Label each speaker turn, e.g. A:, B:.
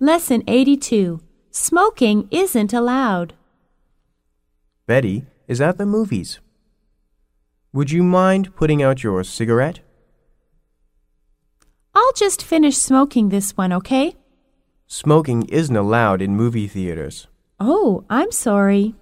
A: Lesson 82 Smoking isn't allowed.
B: Betty is at the movies. Would you mind putting out your cigarette?
A: I'll just finish smoking this one, okay?
B: Smoking isn't allowed in movie theaters.
A: Oh, I'm sorry.